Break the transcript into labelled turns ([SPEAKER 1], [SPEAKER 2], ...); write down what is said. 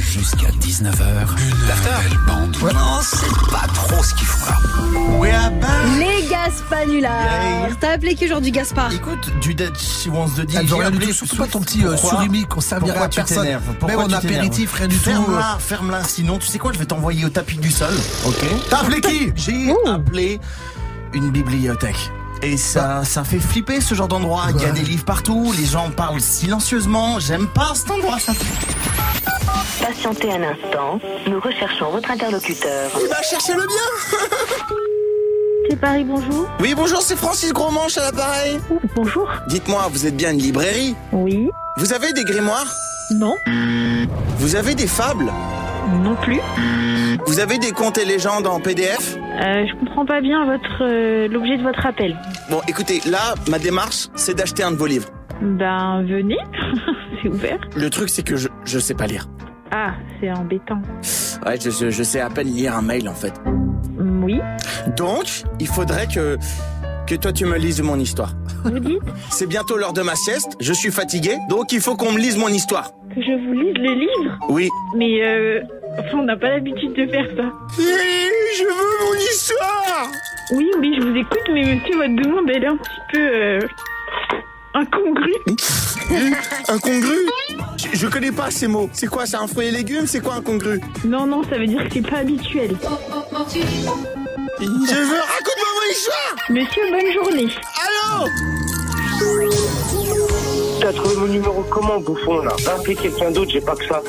[SPEAKER 1] Jusqu'à 19h, la belle bande. Non, c'est pas trop ce qu'ils font là.
[SPEAKER 2] Les Gaspanulars T'as appelé qui aujourd'hui, Gaspard
[SPEAKER 3] Écoute, du Dutch, she wants the deal.
[SPEAKER 4] Ah,
[SPEAKER 3] J'ai
[SPEAKER 4] rien du
[SPEAKER 3] appelé
[SPEAKER 4] tout, surtout
[SPEAKER 3] Souf-
[SPEAKER 4] pas ton petit euh,
[SPEAKER 3] Pourquoi
[SPEAKER 4] surimi qu'on servira
[SPEAKER 3] Pourquoi
[SPEAKER 4] à
[SPEAKER 3] tu
[SPEAKER 4] personne.
[SPEAKER 3] t'énerves Pourquoi
[SPEAKER 4] Même en
[SPEAKER 3] tu t'énerves
[SPEAKER 4] apéritif, rien du tout.
[SPEAKER 3] Ferme-la, ferme-la, sinon tu sais quoi, je vais t'envoyer au tapis du sol. Ok. T'as appelé qui J'ai appelé une bibliothèque. Et ça,
[SPEAKER 4] Ah.
[SPEAKER 3] ça fait flipper ce genre d'endroit. Il y a des livres partout, les gens parlent silencieusement. J'aime pas cet endroit, ça fait.
[SPEAKER 5] Patientez un instant, nous recherchons votre interlocuteur.
[SPEAKER 3] Il va chercher le bien
[SPEAKER 6] C'est Paris, bonjour.
[SPEAKER 7] Oui, bonjour, c'est Francis Grosmanche à l'appareil.
[SPEAKER 6] Ouh, Oh, bonjour.
[SPEAKER 7] Dites-moi, vous êtes bien une librairie
[SPEAKER 6] Oui.
[SPEAKER 7] Vous avez des grimoires
[SPEAKER 6] Non.
[SPEAKER 7] Vous avez des fables
[SPEAKER 6] Non plus.
[SPEAKER 7] Vous avez des contes et légendes en PDF
[SPEAKER 6] Euh, je comprends pas bien votre euh, l'objet de votre appel.
[SPEAKER 7] Bon, écoutez, là, ma démarche, c'est d'acheter un de vos livres.
[SPEAKER 6] Ben, venez. c'est ouvert.
[SPEAKER 7] Le truc, c'est que je, je sais pas lire.
[SPEAKER 6] Ah, c'est embêtant.
[SPEAKER 7] Ouais, je, je, je sais à peine lire un mail, en fait.
[SPEAKER 6] Mm, Oui.
[SPEAKER 7] Donc, il faudrait que... Que toi tu me lises mon histoire.
[SPEAKER 6] Vous dites
[SPEAKER 7] C'est bientôt l'heure de ma sieste, je suis fatigué, donc il faut qu'on me lise mon histoire.
[SPEAKER 6] que je vous lise le livre
[SPEAKER 7] Oui.
[SPEAKER 6] Mais, euh, enfin, on n'a pas l'habitude de faire ça.
[SPEAKER 7] Oui, je veux mon histoire
[SPEAKER 6] Oui, oui, je vous écoute, mais monsieur, votre demande, elle est un petit peu euh, incongrue.
[SPEAKER 7] Incongru je, je connais pas ces mots. C'est quoi, c'est un fruit et légumes C'est quoi incongru
[SPEAKER 6] Non, non, ça veut dire que c'est pas habituel.
[SPEAKER 7] Je veux raconte-moi mon histoire
[SPEAKER 6] Monsieur, bonne journée.
[SPEAKER 7] Allô
[SPEAKER 8] T'as trouvé mon numéro comment, bouffon, là Va appeler quelqu'un d'autre, j'ai pas que ça.